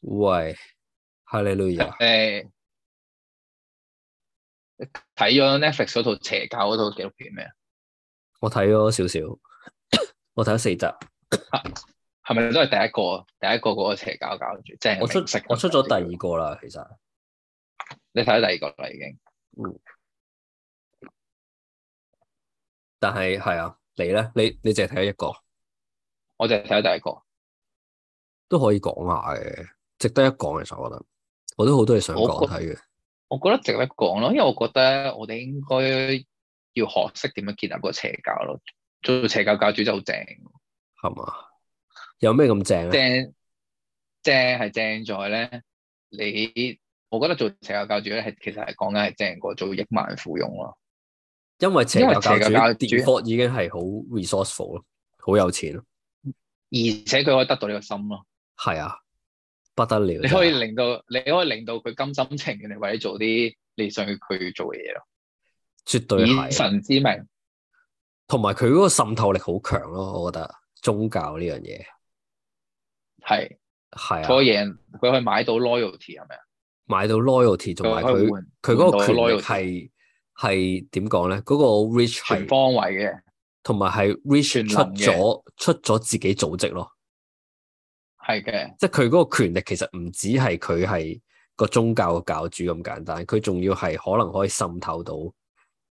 喂，哈利路亞，誒睇咗 Netflix 嗰套邪教嗰套紀錄片未啊？我睇咗少少， 我睇咗四集。係咪都係第一個啊？第一個嗰個邪教教主，即係我出明晰我出咗第二個啦，其實你睇咗第二個啦已經。但係係啊，你咧，你你淨係睇咗一個我就係睇咗第一個，都可以講下嘅，值得一講其實我覺得，我都好多嘢想講我睇嘅。我覺得值得講咯，因為我覺得我哋應該要學識點樣建立個邪教咯。做邪教教主就好正，係嘛？有咩咁正啊咧？正正係正在咧，你我覺得做邪教教主咧係其實係講緊係正過做億萬富翁咯。因為邪教教因為邪教教主主 default 已經係好 resourceful 咯，好有錢咯，而且佢可以得到你個心咯，係啊，不得了。你可以真係令到你可以令到佢甘心情願地為你做啲你想佢做嘅嘢咯，絕對以係，啊神之名，同埋佢嗰個滲透力好強咯，我覺得宗教呢樣嘢係係佢啊。可以贏，佢可以買到 loyalty 係咪啊？買到 loyalty，同埋佢可以佢換佢嗰個換到權力 loyalty 係係點講咧？嗰、個 reach 全係方位嘅，同埋係 reach 全出能嘅咗出咗自己組織咯，係嘅，即係佢嗰個權力其實唔止係佢係個宗教嘅教主咁簡單，佢仲要係可能可以滲透到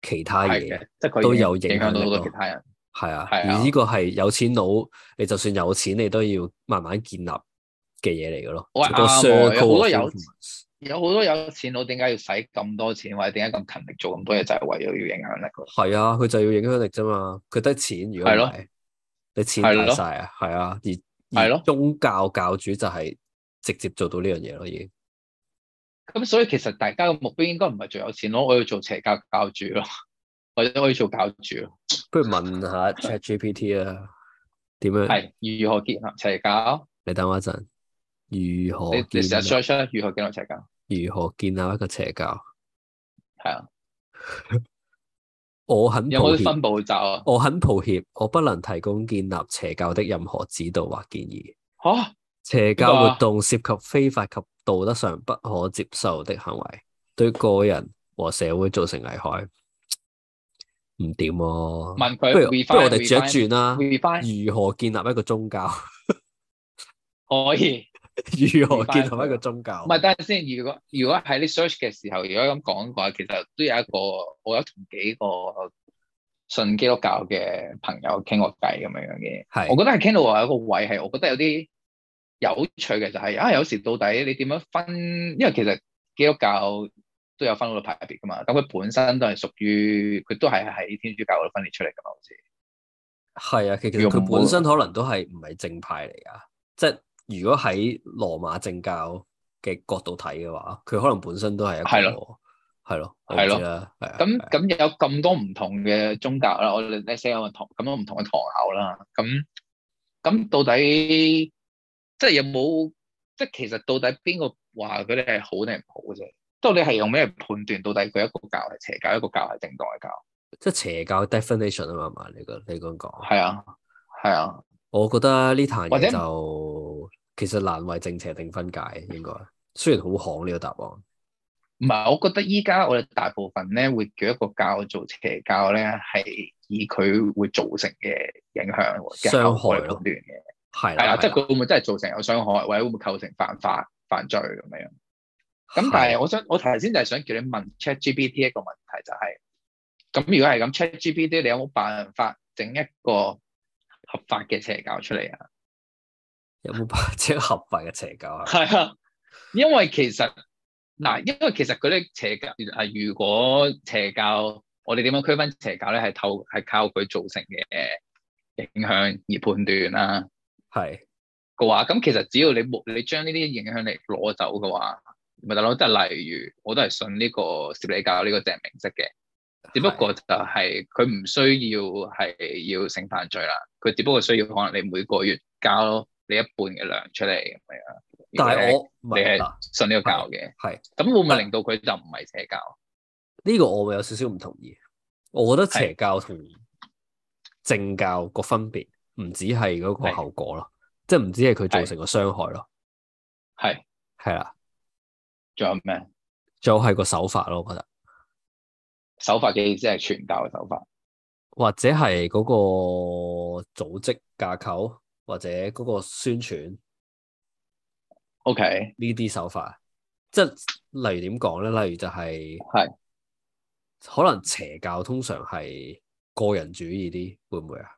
其他係嘢，嘅，即係佢都已經有影響影響力到咯到其他人，係啊。係啊而呢個係有錢佬，你就算有錢，你都要慢慢建立嘅嘢嚟嘅咯。喂個啱喎有好 circle 多 of 有 influence 有好多有錢佬點解要使咁多錢，或者點解咁勤力做咁多嘢，就係、為咗要影響力咯。係啊，佢就要影響力啫嘛，佢得錢，如果唔係咯係，你錢係大咯晒啊，係啊，而係而咯宗教教主就係直接做到呢樣嘢咯，已經咁所以其實大家嘅目標應該唔係做有錢佬，我要做邪教教主咯， 或者我要做教主咯，不如問下 ChatGPT 啊，點樣？係如何建立邪教？你等我一陣，如何你你成建日 search 啦，如何建立邪教？立如何建立一個邪教？係啊， 我很有抱冇啲歉，分步驟啊？我很抱歉，我不能提供建立邪教的任何指導或建議。嚇、邪教活哇動涉及非法及道德上不可接受的行為，對個人和社會造成危害，唔掂喎。問佢不如不如我 refine 哋轉 refine 一轉啦，嗯 refine 如何建立一個宗 教？可以。如何建立一個宗教唔？係，等陣先。如果如果喺啲 search 嘅時候，如果咁講嘅話，其實都有一個，我有同幾個信基督教嘅朋友傾過偈咁樣樣嘅。我係覺得係傾到話有個位係，我覺得有啲有趣嘅就係、啊，有時到底你點樣分？因為其實基督教都有分好多派別噶嘛，咁佢本身都係屬於佢都係喺天主教嗰度分裂出嚟噶嘛，好似係啊，其實用佢本身可能都係唔係正派嚟噶，即係如果喺羅馬正教嘅角度睇嘅話，佢可能本身都係一個係係咯，我唔係咯知啦，係啊，咁係啊咁有咁多唔同嘅宗教啦，我哋 let's say 有個堂咁多唔同嘅堂口啦，咁咁到底即係有冇即係其實到底邊個話佢哋係好定唔好嘅啫？到底係用咩判斷？到底佢一個教係邪教，一個教係正當嘅教？即係邪教 definition 啊嘛係嘛，你個你咁講。係啊，係啊，我覺得呢壇或者嘢就其實難為正邪定分界，應該雖然好行呢個答案，唔係我覺得依家我哋大部分咧會叫一個教做邪教咧，係以佢會造成嘅影響嘅傷害後果嚟咯判斷嘅。係係啦，啦，即係佢會唔會真係造成有傷害，或者會唔會構成犯法犯罪咁樣？咁但係我想，我頭先就係想叫你問 ChatGPT 一個問題，就係、咁如果係咁，ChatGPT 你有冇辦法整一個合法嘅邪教出嚟啊？有冇把即係合法嘅邪教啊？ 係啊，因為其實嗱，因為其實佢啲邪教係如果邪教，我哋點樣區分邪教咧？係透係靠佢造成嘅影響而判斷啦、係嘅話，咁其實只要你冇你將呢啲影響力攞走嘅話，咪大佬，即係例如我都係信呢個攝理教呢個鄭明析嘅，只不過就係佢唔需要係要性犯罪啦，佢只不過需要可能你每個月交你一半嘅糧出嚟咁樣。但係如果我唔你係係嗱，你信呢個教嘅，係咁會唔會但令到佢就唔係邪教？呢個我會有少少唔同意。我覺得係邪教同正教個分別唔止係嗰個係後果咯，即係唔止係佢造成個傷害咯，係系啦，仲有咩仲有係個手法咯，我覺得，手法嘅意思係傳教嘅手法？或者係嗰個組織架構，或者嗰個宣傳 O K，呢啲手法，即係例如點講咧？例如就係、係可能邪教通常係個人主義啲，會唔會啊？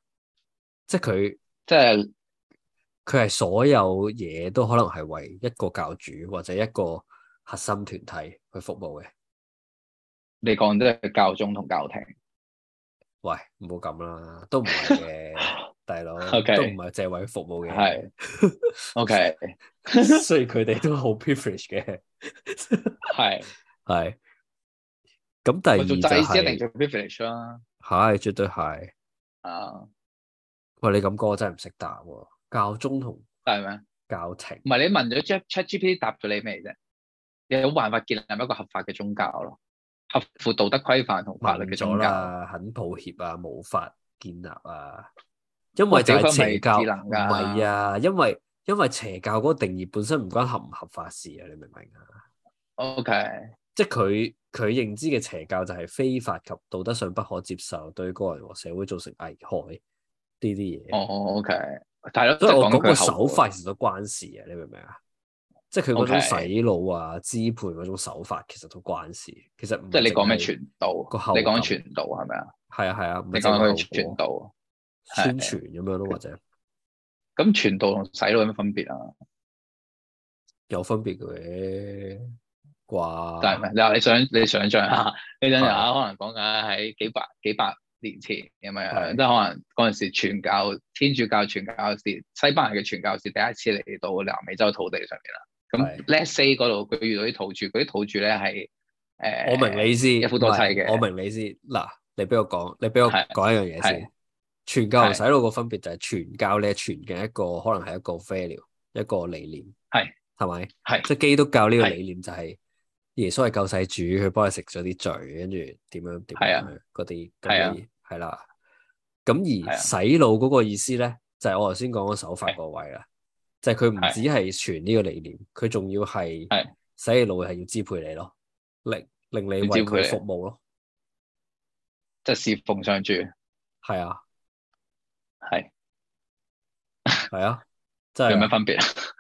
即係佢即係佢係所有嘢都可能係為一個教主或者一個核心團體去服務嘅。你講即係教宗同教廷。喂，唔好咁啦，都唔係 嘅，大佬 OK 都唔係淨係為服務嘅。係 O K， 雖然佢哋都好 privilege 嘅，係係。咁第二我做就祭司一定係、做 privilege 啦。係絕對係。啊，喂，你咁講我真係唔識答喎。教宗同係咪？教廷唔係你問咗 Chat Chat GPT 答咗你咩啫？你有冇辦法建立一個合法嘅宗教咯？合乎道德規範同法律問嘅咗宗教。啦，很抱歉啊，無法建立啊，因我為就係屌佢咪邪教，智能唔㗎係啊，因為因為邪教嗰個定義本身唔關合唔合法事啊，你明唔明啊？ O K，即係佢佢認知嘅邪教就係非法及道德上不可接受，對個人和社會造成危害呢啲嘢。哦 O K，大佬即所以係我講講個佢後手果法其實都關事啊，你明唔明啊？即係佢嗰種 OK 洗腦啊、支配嗰種手法，其實都關事。其實唔即係你講咩淨係傳道？個後你講感傳道係咪啊？係啊係啊，唔你係講淨係佢後傳果道，宣傳咁樣咯，或者咁傳道同洗腦有咩分別啊？有分別嘅就係啩？咩？嗱，你想你想象啊下，你想象下，係可能講緊喺幾百幾百年前咁樣，係即係可能嗰陣時傳教天主教傳教士，西班牙嘅傳教士第一次嚟到南美洲土地上面啦。咁係 let's say 嗰度佢遇到啲土著，嗰啲土著咧係誒，我明你意思，一夫多妻嘅唔係我明你意思。嗱，你俾我講，你俾我係講一樣嘢係先。傳教同係洗腦個分別就係傳教咧，傳嘅一個可能係一個 value，一個理念，係係咪？呃係即係基督教呢個係理念就係耶穌係救世主，佢幫你食咗啲罪，跟住點樣點係啊樣嗰啲，係啊咁你係啦。咁係而啊洗腦嗰個意思咧，就係、我頭先講嗰手法個位啦，就係佢唔係只係傳呢個理念，佢仲要係係洗腦係要支配你咯，令令你為要支配佢你服務咯，即係侍奉上主，係啊係係啊，真有係咩啊分別啊？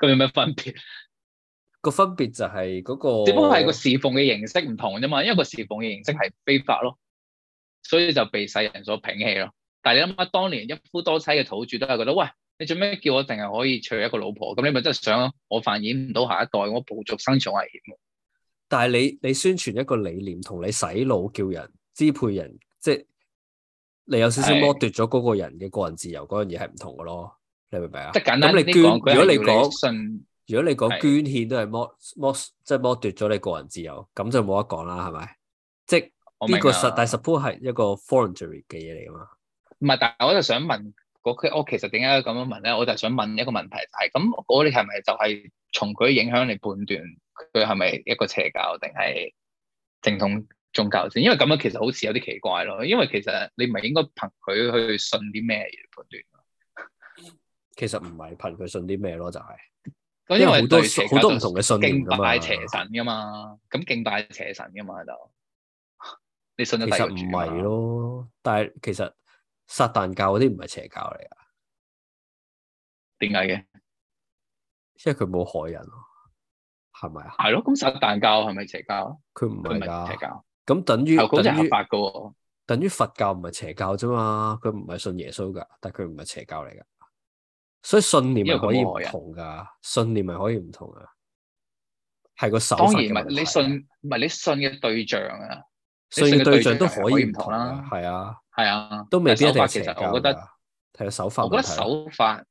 咁有咩分別？個分別就係嗰、個，只不過係個侍奉嘅形式唔同啫嘛，因為個侍奉嘅形式係非法咯，所以就被世人所摒棄咯。但係你諗下，當年一夫多妻嘅土著都係覺得，喂，你做咩叫我淨係可以娶一個老婆？咁你咪真係想我繁衍唔到下一代，我部族生存危險喎。但係你你宣傳一個理念，同你洗腦叫人支配人，即係你有少少係剝奪咗嗰個人嘅個人自由嗰樣嘢係唔同嘅咯，你明唔明啊即？係簡單咁啲你捐講，佢係如果你要講信如果你講係捐獻都係剝剝即係剝奪咗你個人自由，咁就冇得講啦，係咪？即係我明呢個啊實但係 suppose 係一個 voluntary 嘅嘢嚟噶嘛？唔係，但係我就想問，我我其實點解要咁樣問咧？我就想問一個問題，就係、咁，我哋係咪就係從佢影響嚟判斷佢係咪一個邪教定係正統宗教先？因為咁樣其實好似有啲奇怪咯。因為其實你唔係應該憑佢去信啲咩嚟判斷。其實唔係憑佢信啲咩咯，就係、咁因因為為好多對邪教好多唔就同嘅信念敬噶嘛。拜其邪實神噶嘛，咁敬拜邪神噶嘛就你信咗第二個唔主啊嘛係，咯，但係其實撒旦教嗰啲唔係邪教嚟啊，點解嘅？因為佢冇害人咯，係咪啊？係咯，咁撒但教係咪邪教啊？佢唔佢唔係係邪㗎，教，咁等於係好似係等合於法噶喎。等於佛教唔係邪教啫嘛，佢唔係信耶穌㗎，但係佢唔係邪教嚟㗎，所以信念因為係佢可以冇唔害人同㗎，信念係可以唔同㗎，係個手法當然嘅唔係問題你信，唔係你信嘅對象啊，信你信嘅嘅對對象象都係可可以以唔唔同同啦啦，係啊，係啊，都未必一定係但邪手教法其實㗎，我覺得，係個手法我問覺得題咯，手法，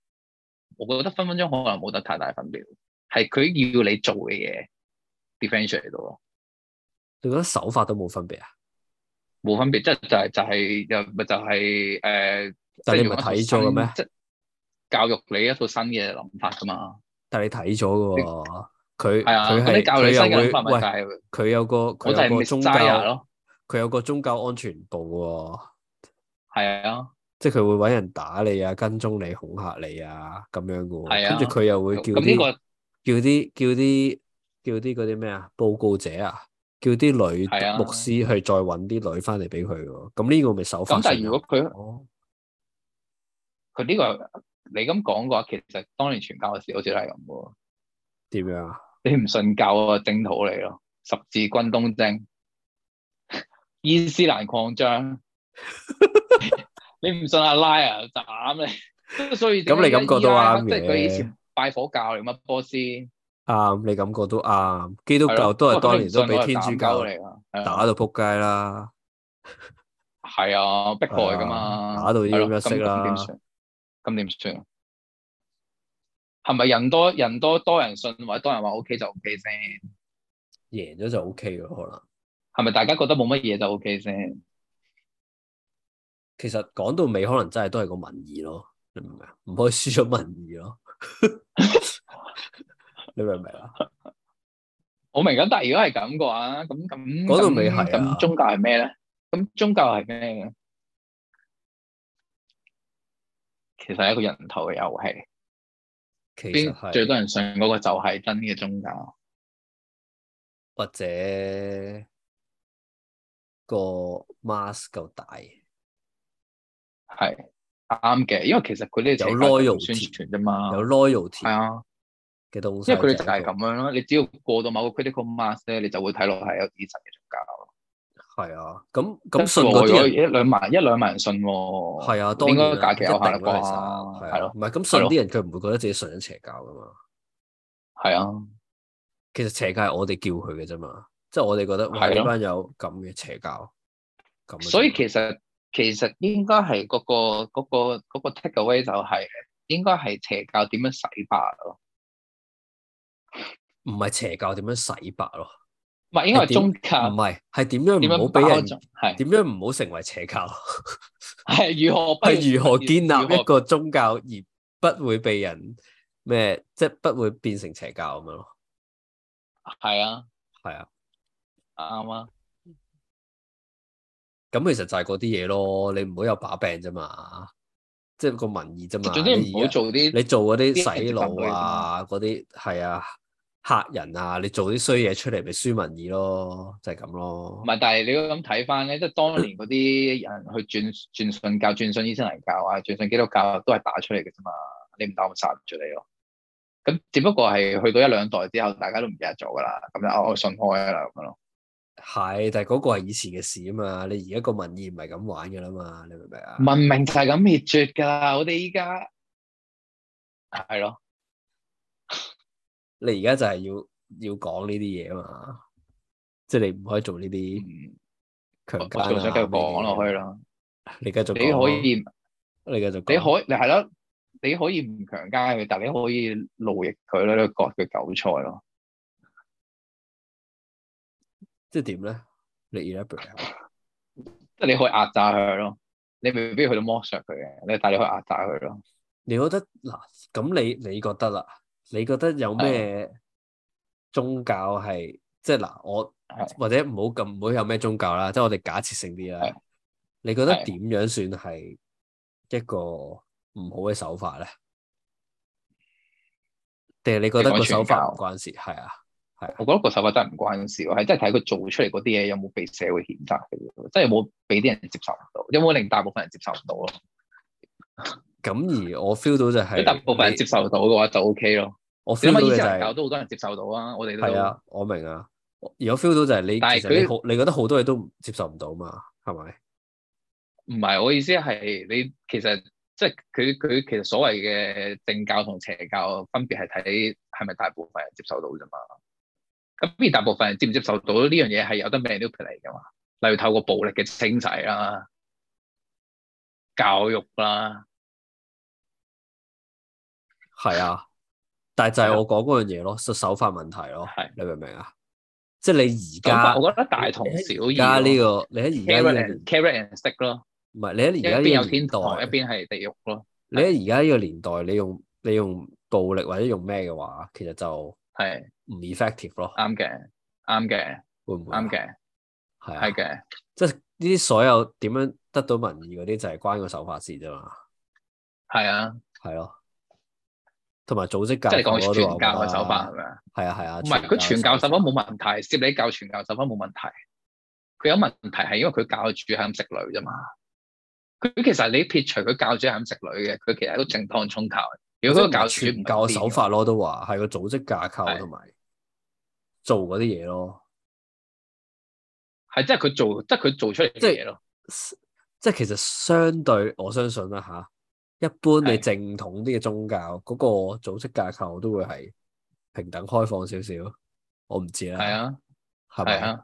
我覺得分分鐘可能冇得太大分別，係佢要你做嘅嘢 differentiate 到咯，你覺得手法都冇分別啊？冇分別，即係就係就係又咪就係誒，但係即係你唔用係一套睇咗嘅咩新？即係教育你一套新嘅諗法㗎嘛，但係你睇咗㗎喎，佢係啊，佢咁係你教你佢新嘅諗又法會咪就喂係佢有個佢我就係有個 miss 宗 Zaya 教咯，佢有個宗教安全部喎。係啊，即係佢會揾人打你啊，跟蹤你、恐嚇你啊，咁樣嘅喎。係啊跟住佢又會叫咁呢啲個叫啲叫啲叫啲嗰啲咩啊報告者啊，叫啲女係啊牧師去再揾啲女翻嚟俾佢喎。咁呢個咪手法咁但係上如有果佢哦佢呢個你咁講嘅話，其實當年傳教嘅時好似都係咁嘅喎。點樣啊？你唔信教啊，征討你咯，十字軍東征，伊斯蘭擴張， 你唔信阿拉啊，斬你！所以點咁解你咁講都啱嘅即係佢以前拜火教嚟乜波斯，啱，啊你感覺都啱。基督係教咯都係不過當佢年唔都信俾我係天主斬教鳩嚟啊，打到撲街啦。係啊，逼害噶係嘛，啊打到一係咯一色咁啦咁點算？咁點算啊？係咪人多人多多人信或者多人話 O K 就 O K 先？贏咗就 O K 咯，可能。係咪大家覺得冇乜嘢就 O K 先？其實講到尾，可能真係都係個民意咯，你明唔明啊？唔可以輸咗民意咯。 你明唔明啊？我明咁，但係如果係咁嘅話，咁咁講到咁尾係啊咁宗教係咩咧？咁宗教係咩咧？其實係一個人頭嘅遊戲，其實邊最係多人信嗰個就係真嘅宗教。或者個 mask 夠大，係啱嘅，因為其實佢呢有攞 loyalty 宣傳啫嘛，有係 loyalty 啊，嘅東西。因為佢哋就係咁，樣咯。你只要過到某個 critical mass 咧，你就會睇落係有啲神嘅宗教。係啊。咁跟咁住信嗰啲我人一兩萬一兩萬人信喎，係啊，當哦應該然假啦，期一有定限啦啦，啩，其實係係啊咯，唔係咁信係咯啲人，佢唔會覺得自己信緊邪教噶嘛。係啊。其實邪教係我哋叫佢嘅啫嘛，即係我哋覺得哇係咯呢班有咁嘅邪教，咁嘅啫嘛所以其實其實應該係嗰個嗰、個嗰、個 take away 就係、應該係邪教點樣洗白咯，唔係邪教點樣洗白咯，唔係應該係係點宗唔教係係點啊點樣唔好樣俾包人裝，係點樣唔好成為邪 教， 係如何不係如何建立一哎如何個宗教而不會被人咩，即係不會變成邪教咁樣咯。係啊係啊，啱啊咁其實就係嗰啲嘢咯，你唔好有把柄啫嘛，即係個民意啫嘛。總之你唔而好家做啲你做嗰啲啲人洗直男女腦啊，嗰啲係啊嚇人啊，你做啲衰嘢出嚟咪輸民意咯，就係、咁唔咯。係，但係你要咁睇翻咧，即係當年嗰啲人去轉 轉信教、轉信伊斯蘭教啊、轉信基督教都係打出嚟嘅啫嘛，你唔打我殺唔住你咯。咁只不過係去到一兩代之後，大家都唔記得咗㗎啦，咁就哦我信開啦咁樣咯。係，但係嗰個係以前嘅事啊嘛，你而家個民意唔係咁玩噶啦嘛，你明唔明啊？文明就係咁滅絕㗎啦！我哋依家係咯，你而家就係要要講呢啲嘢啊嘛，即係你唔可以做呢啲嗯我強我奸啊仲想繼續講落去啦，啦。你繼續你講可以，你繼續你講可以，你係咯，你可以唔強姦佢，但你可以奴役佢咯，你割佢韭菜咯。即係點咧？你 elaborate 下即係你可以壓榨佢咯，你未必去到剝削佢嘅，你但係你可以壓榨佢咯。你覺得嗱，咁你你覺得啦，你覺得有咩啊宗教係即係嗱，我係或者唔好咁唔好有咩宗教啦，即係我哋假設性啲啦係。你覺得係點樣算係一個唔好嘅手法咧？定係你覺得你講個手法傳教唔關事？係啊，我覺得個手法真係唔關事喎，係真係睇佢做出嚟嗰啲嘢有冇被社會譴責嘅啫，即係有冇俾啲人接受唔到，有冇令大部分人接受唔到咯？咁而我 feel 到就如係果大部分人你接受到嘅話就 O K 咯。我你 feel 諗到嘅下伊斯就蘭教係都好多人接受到啊，我哋都係啊，我明啊。而我 feel 到就係你但係其實你佢好，你覺得好多嘢都唔接受唔到嘛？係咪？唔係我意思係你其實即係佢佢其實所謂嘅正教同邪教分別係睇係咪大部分人接受到啫嘛。咁而大部分人接唔接受到呢樣嘢係有得 manipulate 噶嘛，例如透過暴力嘅清洗啦、教育啦，係啊，但係啊就係我講嗰樣嘢咯，手手法問題咯，係你明唔明啊？即係你而手法家我覺得大同小而異咯。家呢個你喺而家呢個 carrot 年 and carrot and stick 咯，唔係你一喺而家邊有呢個天年堂，代，一邊係地獄咯，你喺而家呢個年代，你用你用暴力或者用咩嘅話，其實就唔係 effective 咯，啱嘅，啱嘅，會唔會啊？啱嘅，係係啊，嘅。即係呢啲所有點樣得到民意嗰啲，就係關個手法事啫嘛，係啊，係咯。同埋組織教即係你講嗰度傳教嘅手法係咪啊？係啊係啊，唔係，佢傳教手法冇問題，攝理教傳教手法冇問題。佢有問題係因為佢教主係咁食女啫嘛。佢其實你撇除佢教主係咁食女嘅，佢其實都正當宗教嘅。如果嗰嗰個教主唔傳教係手法咯，都話係個組織架構係同埋做嗰啲嘢咯，癲嘅，係即係佢做，即係佢做出嚟嘅即係嘢咯。即係其實相對我相信啦吓，一般你係正統啲嘅宗教嗰個組織架構都會係平等開放少少，我唔知啦，係，啊，係嗯係咪？啊，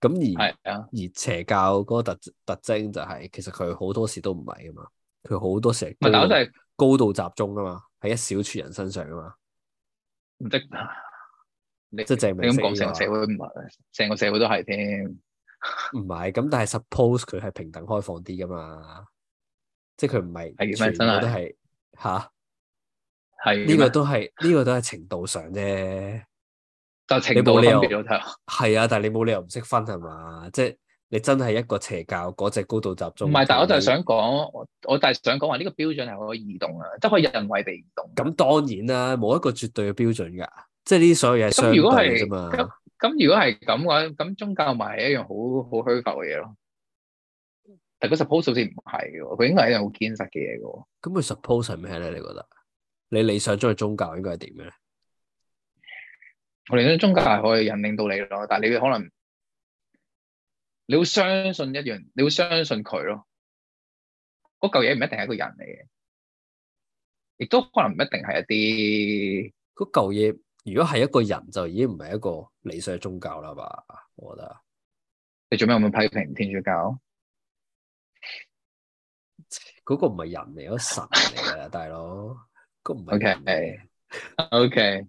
咁而係啊，而邪教嗰個特特徵就係、其實佢好多時都唔係噶嘛，佢好多時係唔係，但高我真度係高度集中噶啊嘛，喺一小撮人身上噶嘛，唔得。你即係證你明咁死講，嘅成個話社會唔係，成個社會都係添。唔係，咁但係 suppose 佢係平等開放啲噶嘛，即係佢唔係係咩全部真係啊都係吓，係呢個咩都係呢個都係程度上啫，就你程冇度理分由別咗睇。係啊，但係你冇理由唔識分係嘛，即係你真係一個邪教嗰只高度集唔中，係，但我就係同想講，我我就係想講話呢個標準係可以移動啊，即係可以人為地移動。你咁當然啦，冇一個絕對嘅標準㗎，即係呢啲所有嘢係相咁如果對係啫嘛。咁咁，如果係咁嘅話，咁宗教咪係一樣好好虛浮嘅嘢咯。但佢 suppose 好似唔係嘅喎，佢應該係一樣好堅實嘅嘢嘅喎。咁佢 suppose 係咩咧？你覺得你理想中嘅宗教應該係點嘅咧？我哋啲宗教係可以引領到你咯，但係你可能你會相信一樣，你會相信佢咯。嗰嚿嘢唔一定係一個人嚟嘅，亦都可能唔一定係一啲嗰嚿嘢如果係一個人就已經唔係一個理想嘅宗教啦吧？我覺得你做咩咁樣批評天主教？嗰、個唔係人嚟，嗰、個神嚟㗎啦，大佬。嗰個唔係 OK 人嚟 O K，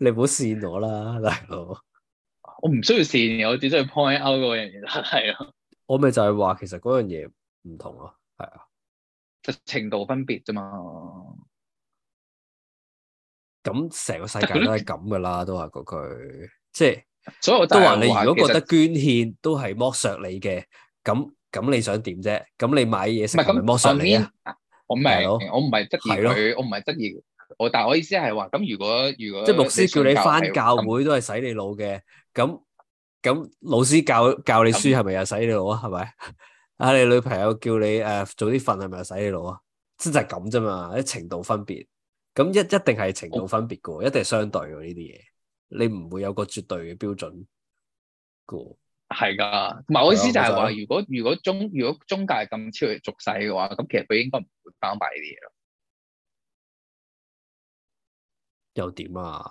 你唔好跣我啦， 大佬。我唔需要善嘅，我只需要 point out 嗰樣嘢就係咯，我咪就係話其實嗰樣嘢唔同咯，係啊。就程度分別啫嘛。咁成個世界都係咁噶啦，都係嗰句，即係所以我就都係話你如其果實覺得捐獻都係剝削你嘅，咁咁你想點啫？咁你買嘢食唔係係咪咁剝削你啊？我 mean，我明大佬，我唔係質疑係咯佢，我唔係質疑我，但係我意思係話，咁如果如果即係牧師叫你翻教會，會都係洗你腦嘅，咁咁老師教教你書係咪又洗你腦啊？係咪？啊，你女朋友叫你誒、呃早啲瞓係咪又洗你腦啊？真就係咁啫嘛，啲程度分別，咁一一定係程哦度分別嘅喎，一定係相對嘅呢啲嘢，你唔會有個絕對嘅標準嘅喎。係㗎。唔係我意思就係係啊我話，就如果如果宗如果宗教係咁超越俗世嘅話，咁其實佢應該唔會包埋呢啲嘢咯。又點啊？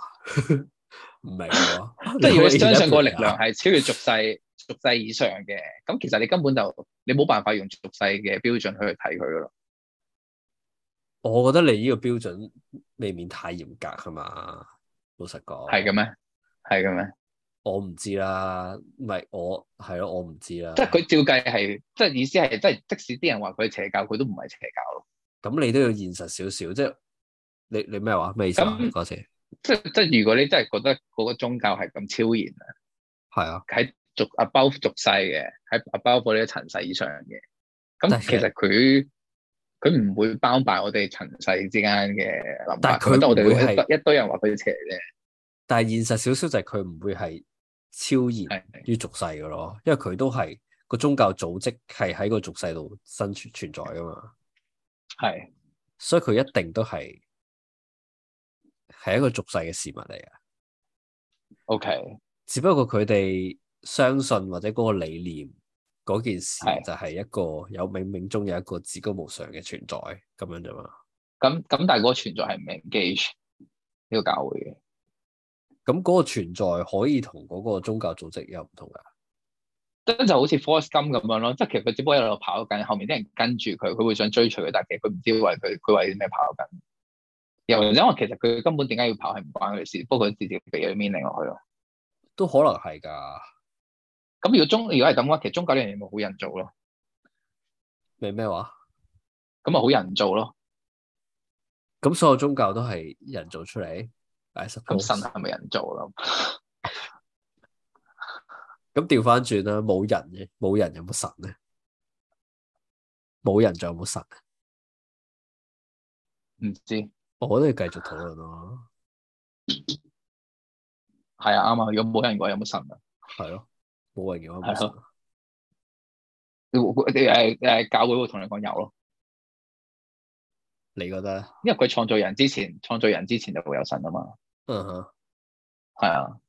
唔明喎， 即係如果 你你相信個力 elaborate 量啊，係超越俗世俗世以上嘅，咁其實你根本就你冇辦法用俗世嘅標準去睇佢㗎咯。我覺得你呢個標準未免太嚴格係嘛？老實講，係嘅咩？係嘅咩？我唔知啦，唔係我係咯，我唔知啦。即係佢照計係，即係意思係，即係即使啲人話佢係邪教，佢都唔係邪教咯。咁你都要現實少少，即係你你咩話咩意思啊？咁嗰次即係即係，如果你真係覺得嗰個宗教係咁超然啊，係啊，喺俗 above 俗世嘅，喺 above 我哋嘅塵世以上嘅，但咁係其實佢佢唔會包辦我哋塵世之間嘅諗但法。係佢覺得我唔會哋係一一堆人話佢邪啫，但係現實少少就係佢唔會係超然係於俗世嘅咯，因為佢都係個宗教組織係喺個俗世度生存存在噶嘛，係所以佢一定都係係一個俗世嘅事物嚟嘅。 OK 只不過佢哋相信或者嗰個理念嗰件事係就係一個有冥冥中有一個至高無上嘅存在咁樣啫嘛。咁咁，但係嗰個存在係唔 engage 呢個教會嘅，咁嗰個存在可以同嗰個宗教組織有唔同噶，真就好似 Force 金咁樣咯。即係其實佢只不過喺度跑緊，後面啲人跟住佢，佢會想追隨佢，但係其實佢唔知為佢佢為啲咩跑緊。又或者因為其實佢根本點解要跑係唔關佢事，不過佢直接俾咗 meaning 落去咯。都可能係㗎。咁如果宗如果係咁嘅話，其實宗教呢樣嘢咪好人造咯，你咩話？咁咪好人造咯。咁所有宗教都係人做出嚟，I 咁神 suppose。啊係咪人造咯？咁調翻轉啦，冇人嘅，冇人有冇神咧？冇人仲有冇神？唔知我都要繼續討論咯，係啊啱啊！如果冇人嘅話，有冇神啊？係咯，冇人嘅話係冇啊咯你誒誒教會會同你講有咯，你覺得呢？因為佢創造人之前，創造人之前就會有神啊嘛。嗯哼，係啊，